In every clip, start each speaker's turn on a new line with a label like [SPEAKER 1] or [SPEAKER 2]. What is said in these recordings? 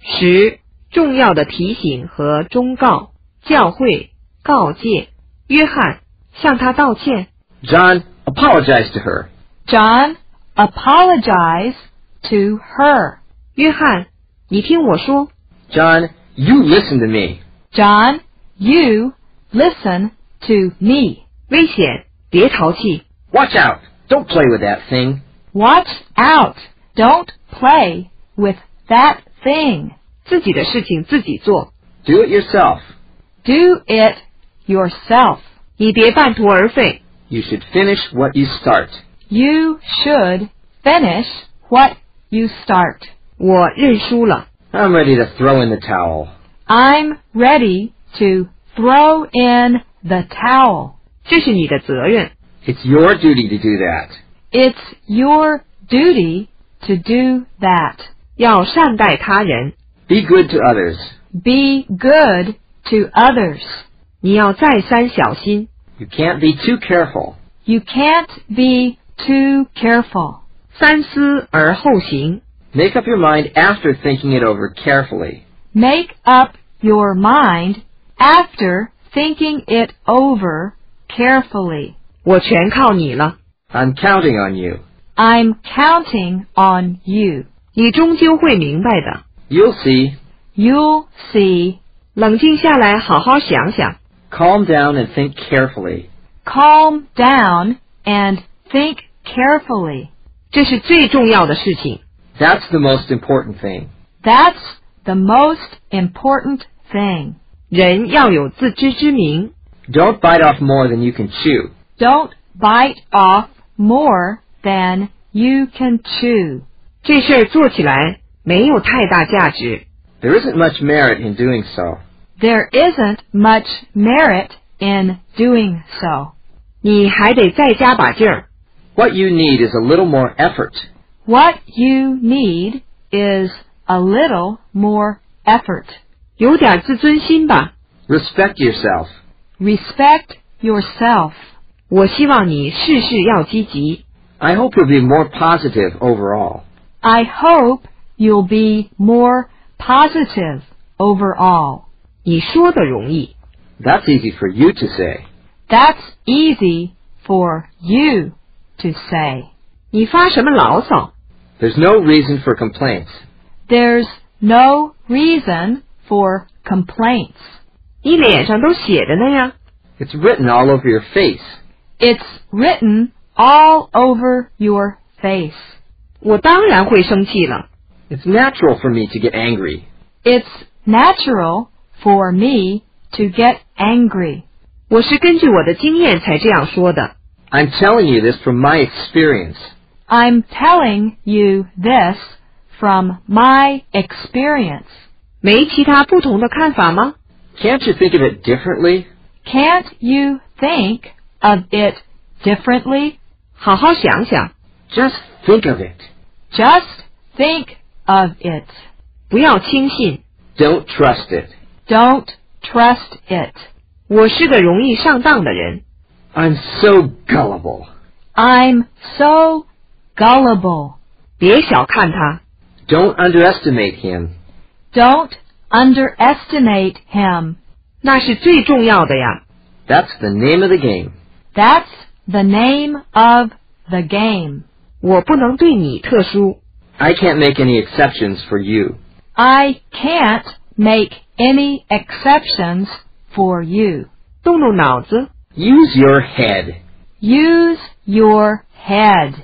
[SPEAKER 1] 十、重要的提醒和忠告、教诲、告诫。约翰向他道歉。
[SPEAKER 2] John apologized to her.
[SPEAKER 3] John apologized to her.
[SPEAKER 1] 约翰，你听我说，
[SPEAKER 2] John, you listen to me.
[SPEAKER 3] John, you listen to me.
[SPEAKER 1] 危险，别淘气。
[SPEAKER 2] Watch out. Don't play with that thing.
[SPEAKER 3] Watch out. Don't play with that thing.
[SPEAKER 1] 自己的事情自己做，
[SPEAKER 2] Do it yourself.
[SPEAKER 3] Do it yourself.
[SPEAKER 1] 你别半途而废。
[SPEAKER 2] You should finish what you start.
[SPEAKER 3] You should finish what you start.
[SPEAKER 1] 我认输了，
[SPEAKER 2] I'm ready to throw in the towel.
[SPEAKER 3] I'm ready to throw in the towel.
[SPEAKER 1] 这是你的责任。
[SPEAKER 2] It's your duty to do that.
[SPEAKER 3] It's your duty to do that.
[SPEAKER 1] 要善待他人，
[SPEAKER 2] Be good to others.
[SPEAKER 3] Be good to others.
[SPEAKER 1] 你要再三小心。
[SPEAKER 2] You can't be too careful.
[SPEAKER 3] You can't be too careful.
[SPEAKER 1] 三思而后行。
[SPEAKER 2] Make up your mind after thinking it over carefully.
[SPEAKER 3] Make up your mind after thinking it over carefully.
[SPEAKER 1] 我全靠你了，
[SPEAKER 2] I'm counting on you.
[SPEAKER 3] I'm counting on you.
[SPEAKER 1] 你终究会明白的。
[SPEAKER 2] You'll see.
[SPEAKER 3] You'll see.
[SPEAKER 1] 冷静下来，好好想想。
[SPEAKER 2] Calm down and think carefully.
[SPEAKER 3] Calm down and think carefully.
[SPEAKER 1] 这是最重要的事情。
[SPEAKER 2] That's the most important thing.
[SPEAKER 3] That's the most important thing.
[SPEAKER 1] 人要有自知之明，
[SPEAKER 2] Don't bite off more than you can chew.
[SPEAKER 3] Don't bite off more than you can chew.
[SPEAKER 1] 这事儿做起来没有太大价值。
[SPEAKER 2] There isn't much merit in doing so.
[SPEAKER 3] There isn't much merit in doing so.
[SPEAKER 1] 你还得再加把劲儿。
[SPEAKER 2] What you need is a little more effort.
[SPEAKER 3] What you need is a little more effort.
[SPEAKER 1] 有点自尊心吧。
[SPEAKER 2] Respect yourself.
[SPEAKER 3] Respect yourself.
[SPEAKER 1] 我希望你事事要积极，
[SPEAKER 2] I hope you'll be more positive overall.
[SPEAKER 3] I hope you'll be more positive overall.
[SPEAKER 1] 你说的容易，
[SPEAKER 2] That's easy for you to say.
[SPEAKER 3] That's easy for you to say.
[SPEAKER 1] 你发什么牢骚？
[SPEAKER 2] There's no reason for complaints.
[SPEAKER 3] There's no reason for complaints.
[SPEAKER 1] 你脸上都写着呢呀。
[SPEAKER 2] It's written all over your face.
[SPEAKER 3] It's written all over your face.
[SPEAKER 1] 我当然会生气了，
[SPEAKER 2] It's natural for me to get angry.
[SPEAKER 3] It's natural for me to get angry.
[SPEAKER 1] 我是根据我的经验才这样说的。
[SPEAKER 2] I'm telling you this from my experience.
[SPEAKER 3] I'm telling you this from my experience.
[SPEAKER 1] 没其他不同的看法吗？
[SPEAKER 2] Can't you think of it differently?
[SPEAKER 3] Can't you think of it differently?
[SPEAKER 1] 好好想想，
[SPEAKER 2] Just think of it.
[SPEAKER 3] Just think of it.
[SPEAKER 1] 不要轻信。
[SPEAKER 2] Don't trust it.
[SPEAKER 3] Don't trust it.
[SPEAKER 1] 我是个容易上当的人，
[SPEAKER 2] I'm so gullible.
[SPEAKER 3] I'm so gullible.
[SPEAKER 1] 别小看他。
[SPEAKER 2] Don't underestimate him.
[SPEAKER 3] Don't underestimate him.
[SPEAKER 1] 那是最重要的呀。
[SPEAKER 2] That's the name of the game.
[SPEAKER 3] That's the name of the game.
[SPEAKER 1] 我不能对你特殊，
[SPEAKER 2] I can't make any exceptions for you.
[SPEAKER 3] I can't make any exceptions for you.
[SPEAKER 1] 动动脑子，
[SPEAKER 2] Use your head.
[SPEAKER 3] Use your head.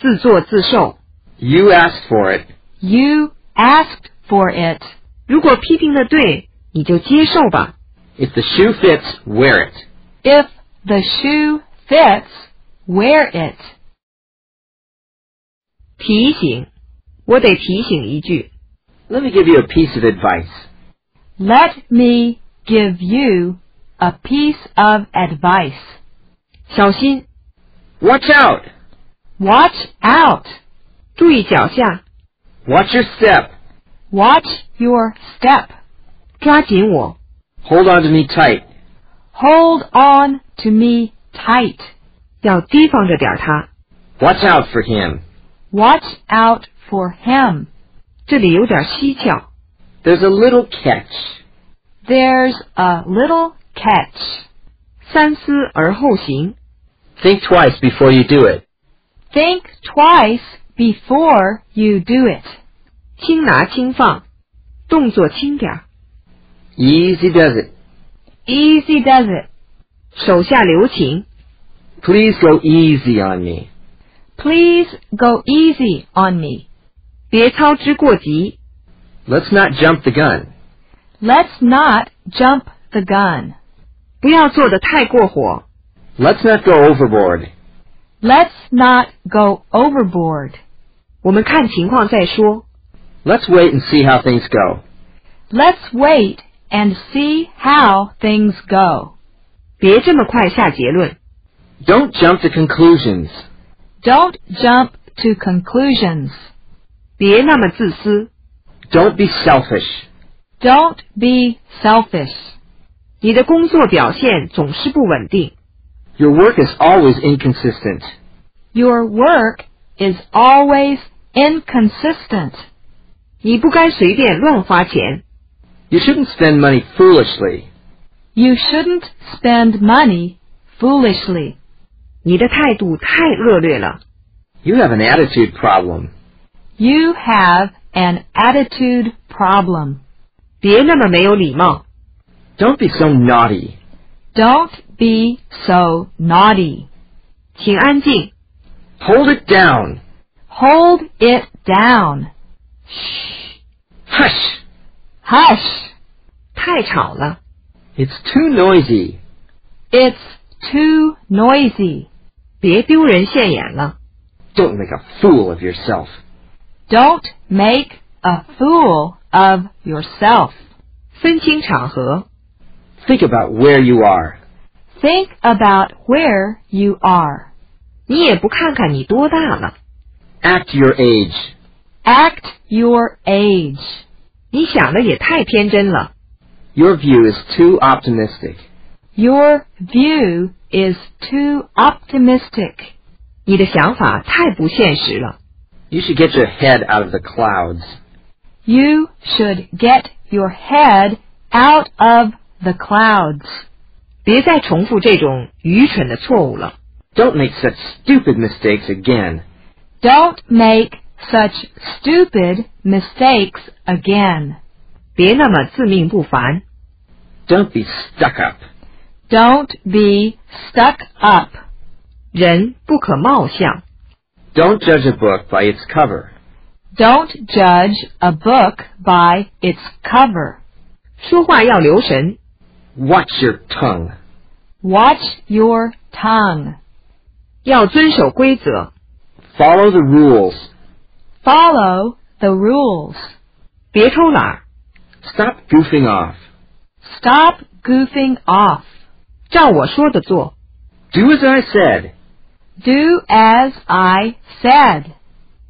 [SPEAKER 1] 自作自受。
[SPEAKER 2] You asked for it.
[SPEAKER 3] You asked for it.
[SPEAKER 1] 如果批评的对，你就接受吧。
[SPEAKER 2] If the shoe fits, wear it.
[SPEAKER 3] If the shoe fits, wear it.
[SPEAKER 1] 提醒，我得提醒一句，
[SPEAKER 2] Let me give you a piece of advice.
[SPEAKER 3] Let me give you a piece of advice.
[SPEAKER 1] 小心，
[SPEAKER 2] Watch out!
[SPEAKER 3] Watch out.
[SPEAKER 1] 注意脚下，
[SPEAKER 2] Watch your step.
[SPEAKER 3] Watch your step.
[SPEAKER 1] 抓紧我，
[SPEAKER 2] Hold on to me tight.
[SPEAKER 3] Hold on to me tight.
[SPEAKER 1] 要提防着点儿他。
[SPEAKER 2] Watch out for him.
[SPEAKER 3] Watch out for him.
[SPEAKER 1] 这里有点蹊跷，
[SPEAKER 2] There's a little catch.
[SPEAKER 3] There's a little catch.
[SPEAKER 1] 三思而后行。
[SPEAKER 2] Think twice before you do it.
[SPEAKER 3] Think twice before you do it.
[SPEAKER 1] 轻拿轻放，动作轻点儿，
[SPEAKER 2] Easy does it.
[SPEAKER 3] Easy does it.
[SPEAKER 1] 手下留情。
[SPEAKER 2] Please go easy on me.
[SPEAKER 3] Please go easy on me.
[SPEAKER 1] 别操之过急，
[SPEAKER 2] Let's not jump the gun.
[SPEAKER 3] Let's not jump the gun.
[SPEAKER 1] 不要做得太过火。
[SPEAKER 2] Let's not go overboard.
[SPEAKER 3] Let's not go overboard.
[SPEAKER 1] 我们看情况再说。
[SPEAKER 2] Let's wait and see how things go.
[SPEAKER 3] Let's wait and see how things go.
[SPEAKER 1] 别这么快下结论。
[SPEAKER 2] Don't jump to conclusions.
[SPEAKER 3] Don't jump to conclusions.
[SPEAKER 1] 别那么自私，
[SPEAKER 2] Don't be selfish.
[SPEAKER 3] Don't be selfish.
[SPEAKER 1] 你的工作表现总是不稳定。
[SPEAKER 2] Your work is always inconsistent.
[SPEAKER 3] Your work is always inconsistent.
[SPEAKER 1] 你不该随便乱花钱，
[SPEAKER 2] You shouldn't spend money foolishly.
[SPEAKER 3] You shouldn't spend money foolishly.
[SPEAKER 1] 你的态度太恶劣了。
[SPEAKER 2] You have an attitude problem.
[SPEAKER 3] You have an attitude problem.
[SPEAKER 1] 别那么没有礼貌，
[SPEAKER 2] Don't be so naughty.
[SPEAKER 3] Don't be so naughty.
[SPEAKER 1] 请安静，
[SPEAKER 2] Hold it down.
[SPEAKER 3] Hold it down.
[SPEAKER 2] Hush!
[SPEAKER 3] Hush!
[SPEAKER 1] 太吵了。
[SPEAKER 2] It's too noisy.
[SPEAKER 3] It's too noisy.
[SPEAKER 1] 别丢人现眼了，
[SPEAKER 2] Don't make a fool of yourself.
[SPEAKER 3] Don't make a fool of yourself.
[SPEAKER 1] 分清场合，
[SPEAKER 2] Think about where you are.
[SPEAKER 3] Think about where you are.
[SPEAKER 1] 你也不看看你多大了，
[SPEAKER 2] Act your age.
[SPEAKER 3] Act your age.
[SPEAKER 1] 你想的也太天真了。
[SPEAKER 2] Your view is too optimistic.
[SPEAKER 3] Your view is too optimistic.
[SPEAKER 1] 你的想法太不现实了，
[SPEAKER 2] You should get your head out of the clouds.
[SPEAKER 3] You should get your head out of the clouds.
[SPEAKER 1] 别再重复这种愚蠢的错误了。
[SPEAKER 2] Don't make such stupid mistakes again.
[SPEAKER 3] Don't make such stupid mistakes again.
[SPEAKER 1] 别那么自命不凡，
[SPEAKER 2] Don't be stuck up.
[SPEAKER 3] Don't be stuck up.
[SPEAKER 1] 人不可貌相。
[SPEAKER 2] Don't judge a book by its cover.
[SPEAKER 3] Don't judge a book by its cover.
[SPEAKER 1] 说话要留神，
[SPEAKER 2] Watch your tongue.
[SPEAKER 3] Watch your tongue.
[SPEAKER 1] 要遵守规则，
[SPEAKER 2] Follow the rules.
[SPEAKER 3] Follow the rules.
[SPEAKER 1] 别偷懒儿，
[SPEAKER 2] Stop goofing off.
[SPEAKER 3] Stop goofing off.
[SPEAKER 1] 照我说的做。
[SPEAKER 2] Do as I said.
[SPEAKER 3] Do as I said.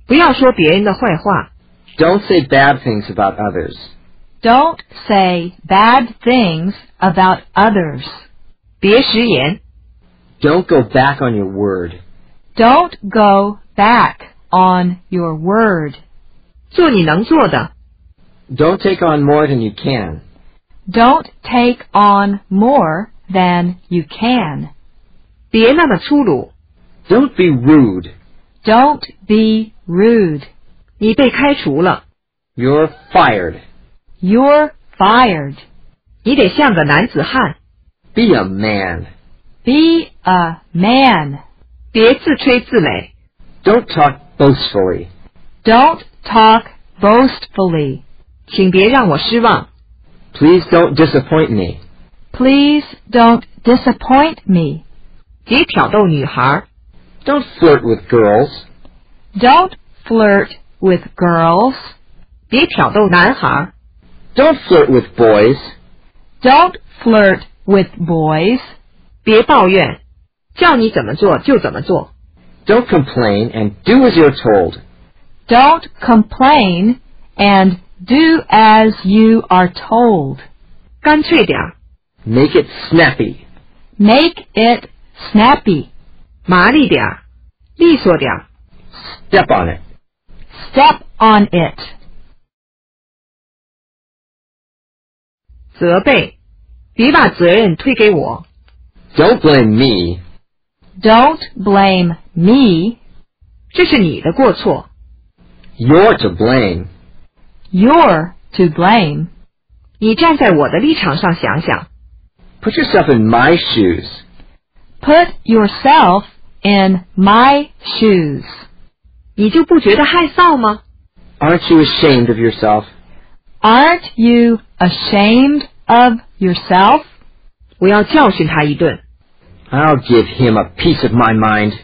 [SPEAKER 1] 不要说别人的坏话，
[SPEAKER 2] Don't say bad things about others.
[SPEAKER 3] Don't say bad things about others.
[SPEAKER 1] 别食言，
[SPEAKER 2] Don't go back on your word.
[SPEAKER 3] Don't go back on your word.
[SPEAKER 1] 做你能做的，
[SPEAKER 2] Don't take on more than you can.
[SPEAKER 3] Don't take on more than you can.
[SPEAKER 1] 别那么粗鲁。
[SPEAKER 2] Don't be rude.
[SPEAKER 3] Don't be rude.
[SPEAKER 1] 你被开除了，
[SPEAKER 2] You're fired.
[SPEAKER 3] You're fired.
[SPEAKER 1] 你得像个男子汉，
[SPEAKER 2] Be a man.
[SPEAKER 3] Be a man.
[SPEAKER 1] 别自吹自擂，
[SPEAKER 2] Don't talk boastfully.
[SPEAKER 3] Don't talk boastfully.
[SPEAKER 1] 请别让我失望。
[SPEAKER 2] Please don't disappoint me.
[SPEAKER 3] Please don't disappoint me.
[SPEAKER 1] 别挑逗女孩儿，
[SPEAKER 2] Don't flirt with girls.
[SPEAKER 3] Don't flirt with girls.
[SPEAKER 1] 别挑逗男孩儿，
[SPEAKER 2] Don't flirt with boys.
[SPEAKER 3] Don't flirt with boys.
[SPEAKER 1] 别抱怨，叫你怎么做就怎么做。
[SPEAKER 2] Don't complain and do as you're told.
[SPEAKER 3] Don't complain and do as you are told.
[SPEAKER 1] 干脆点儿，
[SPEAKER 2] Make it snappy.
[SPEAKER 3] Make it snappy.
[SPEAKER 1] 麻利点儿，利索点儿。
[SPEAKER 2] Step on it.
[SPEAKER 3] Step on it.
[SPEAKER 1] 责备，别把责任推给我，
[SPEAKER 2] Don't blame me.
[SPEAKER 3] Don't blame me.
[SPEAKER 1] 这是你的过错。
[SPEAKER 2] You're to blame.
[SPEAKER 3] You're to blame.
[SPEAKER 1] 你站在我的立场上想想，
[SPEAKER 2] Put yourself in my shoes.
[SPEAKER 3] Put yourself in my shoes.
[SPEAKER 1] 你就不觉得害臊吗？
[SPEAKER 2] Aren't you ashamed of yourself?
[SPEAKER 3] Aren't you ashamed of yourself?
[SPEAKER 1] 我要教训他一顿。
[SPEAKER 2] I'll give him a piece of my mind.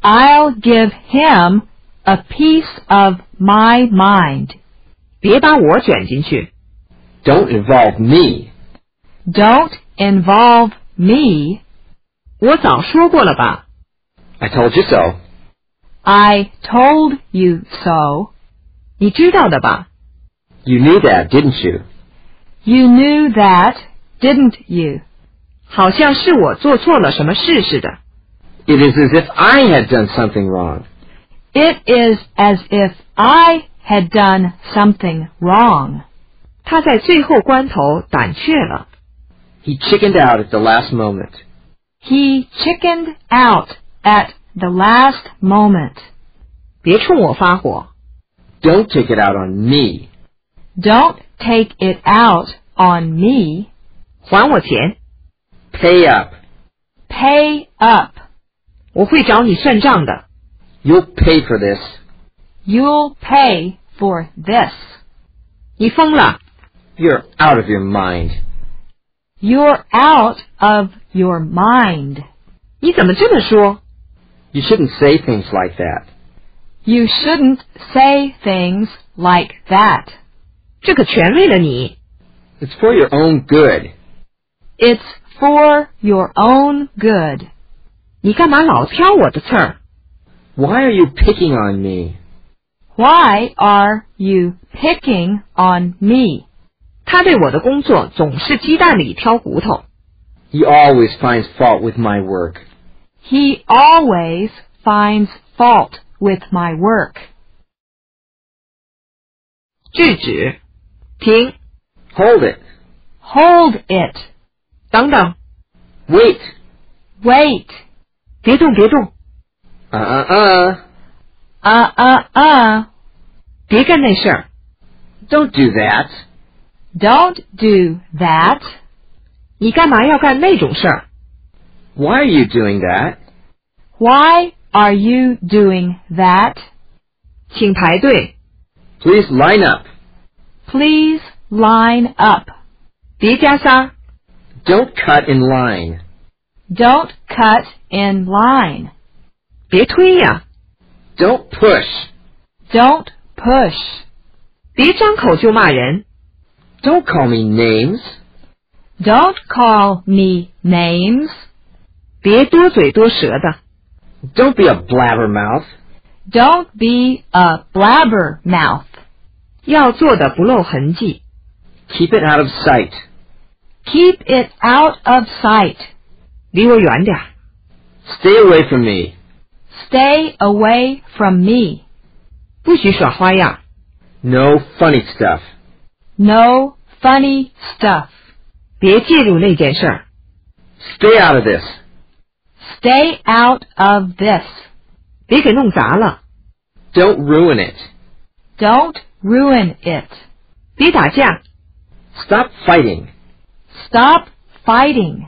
[SPEAKER 3] I'll give him a piece of my mind.
[SPEAKER 1] 别把我卷进去，
[SPEAKER 2] Don't involve me.
[SPEAKER 3] Don't involve me.
[SPEAKER 1] 我早说过了吧？
[SPEAKER 2] I told you so.
[SPEAKER 3] I told you so.
[SPEAKER 1] 你知道的吧？
[SPEAKER 2] You knew that, didn't you?
[SPEAKER 3] You knew that, didn't you?
[SPEAKER 1] 好像是我做错了什么事似的。
[SPEAKER 2] It is as if I had done something wrong.
[SPEAKER 3] It is as if I had done something wrong.
[SPEAKER 1] 他在最后关头胆怯了，
[SPEAKER 2] He chickened out at the last moment.
[SPEAKER 3] He chickened out at the last moment.
[SPEAKER 1] 别冲我发火，
[SPEAKER 2] Don't take it out on me.
[SPEAKER 3] Don't take it out on me.
[SPEAKER 1] 还我钱，
[SPEAKER 2] Pay up.
[SPEAKER 3] Pay up.
[SPEAKER 1] 我会找你算账的。
[SPEAKER 2] You'll pay for this.
[SPEAKER 3] You'll pay for this.
[SPEAKER 1] 你疯了，
[SPEAKER 2] You're out of your mind.
[SPEAKER 3] You're out of your mind.
[SPEAKER 1] 你怎么这么说？
[SPEAKER 2] You shouldn't say things like that.
[SPEAKER 3] You shouldn't say things like that.
[SPEAKER 1] 这可全为了你。
[SPEAKER 2] It's for your own good.
[SPEAKER 3] It's for your own good.
[SPEAKER 1] 你干嘛老挑我的刺儿？
[SPEAKER 2] Why are you picking on me?
[SPEAKER 3] Why are you picking on me?
[SPEAKER 1] 他对我的工作总是鸡蛋里挑骨头。
[SPEAKER 2] He always finds fault with my work.
[SPEAKER 3] He always finds fault with my work.
[SPEAKER 1] 制止，停，
[SPEAKER 2] Hold it.
[SPEAKER 3] Hold it.
[SPEAKER 1] 等等，
[SPEAKER 2] Wait.
[SPEAKER 3] Wait.
[SPEAKER 1] 别动，别动，
[SPEAKER 2] uh, Uh-uh-uh.
[SPEAKER 3] Uh uh uh.
[SPEAKER 1] 别干那事儿。
[SPEAKER 2] Don't do that.
[SPEAKER 3] Don't do that.
[SPEAKER 1] 你干嘛要干那种事儿？
[SPEAKER 2] Why are you doing that?
[SPEAKER 3] Why are you doing that?
[SPEAKER 1] 请排队，
[SPEAKER 2] Please line up.
[SPEAKER 3] Please line up.
[SPEAKER 1] 别加塞儿，
[SPEAKER 2] Don't cut in line.
[SPEAKER 3] Don't cut in line.
[SPEAKER 1] 别推呀，
[SPEAKER 2] Don't push.
[SPEAKER 3] Don't push.
[SPEAKER 1] 别张口就骂人，
[SPEAKER 2] Don't call me names.
[SPEAKER 3] Don't call me names.
[SPEAKER 1] 别多嘴多舌的，
[SPEAKER 2] Don't be a blabbermouth.
[SPEAKER 3] Don't be a blabbermouth.
[SPEAKER 1] 要做的不露痕迹。
[SPEAKER 2] Keep it out of sight.
[SPEAKER 3] Keep it out of sight.
[SPEAKER 1] 离我远点儿，
[SPEAKER 2] Stay away from me.
[SPEAKER 3] Stay away from me.
[SPEAKER 1] 不许耍花样，
[SPEAKER 2] No funny stuff.
[SPEAKER 3] No funny stuff.
[SPEAKER 1] 别介入那件事儿，
[SPEAKER 2] Stay out of this.
[SPEAKER 3] Stay out of this.
[SPEAKER 1] 别给弄砸了，
[SPEAKER 2] Don't ruin it.
[SPEAKER 3] Don't ruin it.
[SPEAKER 1] 别打架，
[SPEAKER 2] Stop fighting.
[SPEAKER 3] Stop fighting.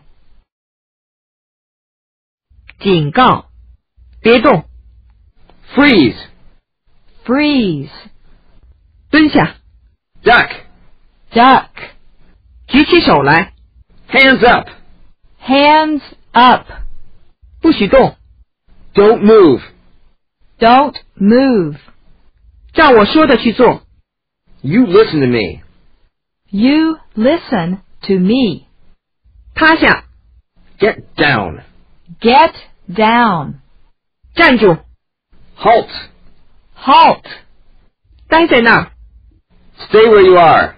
[SPEAKER 1] 警告，别动，
[SPEAKER 2] Freeze.
[SPEAKER 3] Freeze.
[SPEAKER 1] 蹲下，
[SPEAKER 2] Duck.
[SPEAKER 3] Duck.
[SPEAKER 1] 举起手来，
[SPEAKER 2] Hands up.
[SPEAKER 3] Hands up.
[SPEAKER 1] 不许动，
[SPEAKER 2] Don't move.
[SPEAKER 3] Don't move.
[SPEAKER 1] 照我说的去做，
[SPEAKER 2] You listen to me.
[SPEAKER 3] You listen to me.
[SPEAKER 1] 趴下，
[SPEAKER 2] Get down.
[SPEAKER 3] Get down.
[SPEAKER 1] 站住，
[SPEAKER 2] Halt.
[SPEAKER 3] Halt.
[SPEAKER 1] 待在那儿，
[SPEAKER 2] Stay where you are.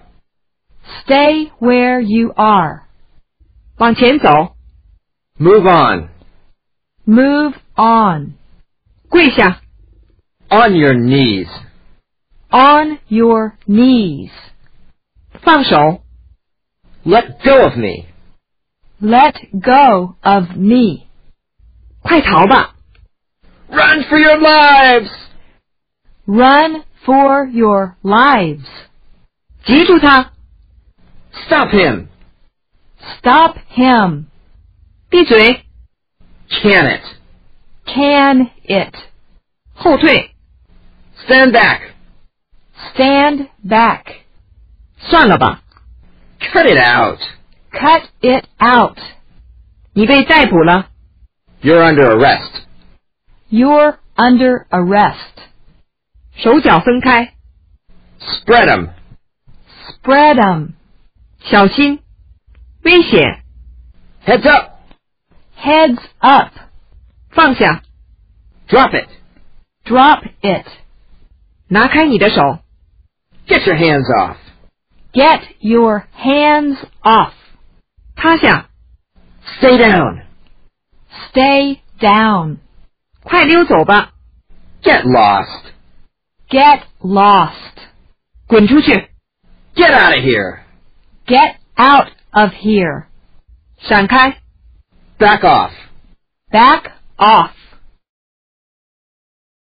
[SPEAKER 3] Stay where you are.
[SPEAKER 1] 往前走，
[SPEAKER 2] Move on.
[SPEAKER 3] Move on.
[SPEAKER 1] 跪下，
[SPEAKER 2] On your knees.
[SPEAKER 3] On your knees.
[SPEAKER 1] 放手，
[SPEAKER 2] Let go of me.
[SPEAKER 3] Let go of me.
[SPEAKER 1] 快逃吧！
[SPEAKER 2] Run for your lives!
[SPEAKER 3] Run for your lives.
[SPEAKER 1] 截住他！
[SPEAKER 2] Stop him!
[SPEAKER 3] Stop him.
[SPEAKER 1] 闭嘴！
[SPEAKER 2] Can it!
[SPEAKER 3] Can it?
[SPEAKER 1] 后退！
[SPEAKER 2] Stand back!
[SPEAKER 3] Stand back.
[SPEAKER 1] 算了吧，
[SPEAKER 2] Cut it out!
[SPEAKER 3] Cut it out.
[SPEAKER 1] 你被逮捕了！
[SPEAKER 2] You're under arrest.
[SPEAKER 3] You're under arrest.
[SPEAKER 1] 手脚分开，
[SPEAKER 2] Spread 'em.
[SPEAKER 3] Spread 'em.
[SPEAKER 1] 小心！危险！
[SPEAKER 2] Heads up!
[SPEAKER 3] Heads up.
[SPEAKER 1] 放下！
[SPEAKER 2] Drop it!
[SPEAKER 3] Drop it.
[SPEAKER 1] 拿开你的手！
[SPEAKER 2] Get your hands off!
[SPEAKER 3] Get your hands off.
[SPEAKER 1] 趴下！
[SPEAKER 2] Stay down!
[SPEAKER 3] Stay down.
[SPEAKER 1] 快溜走吧！
[SPEAKER 2] Get lost!
[SPEAKER 3] Get lost.
[SPEAKER 1] 滚出去！
[SPEAKER 2] Get out of here!
[SPEAKER 3] Get out of here.
[SPEAKER 1] 闪开！
[SPEAKER 2] Back off!
[SPEAKER 3] Back off.